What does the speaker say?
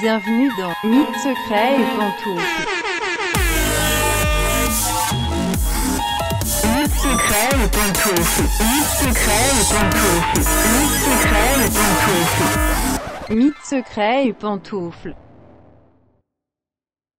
Bienvenue dans Mythe secret et pantoufles. Mythe secret et pantoufles. Mythe secret et pantoufles. Mythe secret et pantoufles. Mythe secret et pantoufles.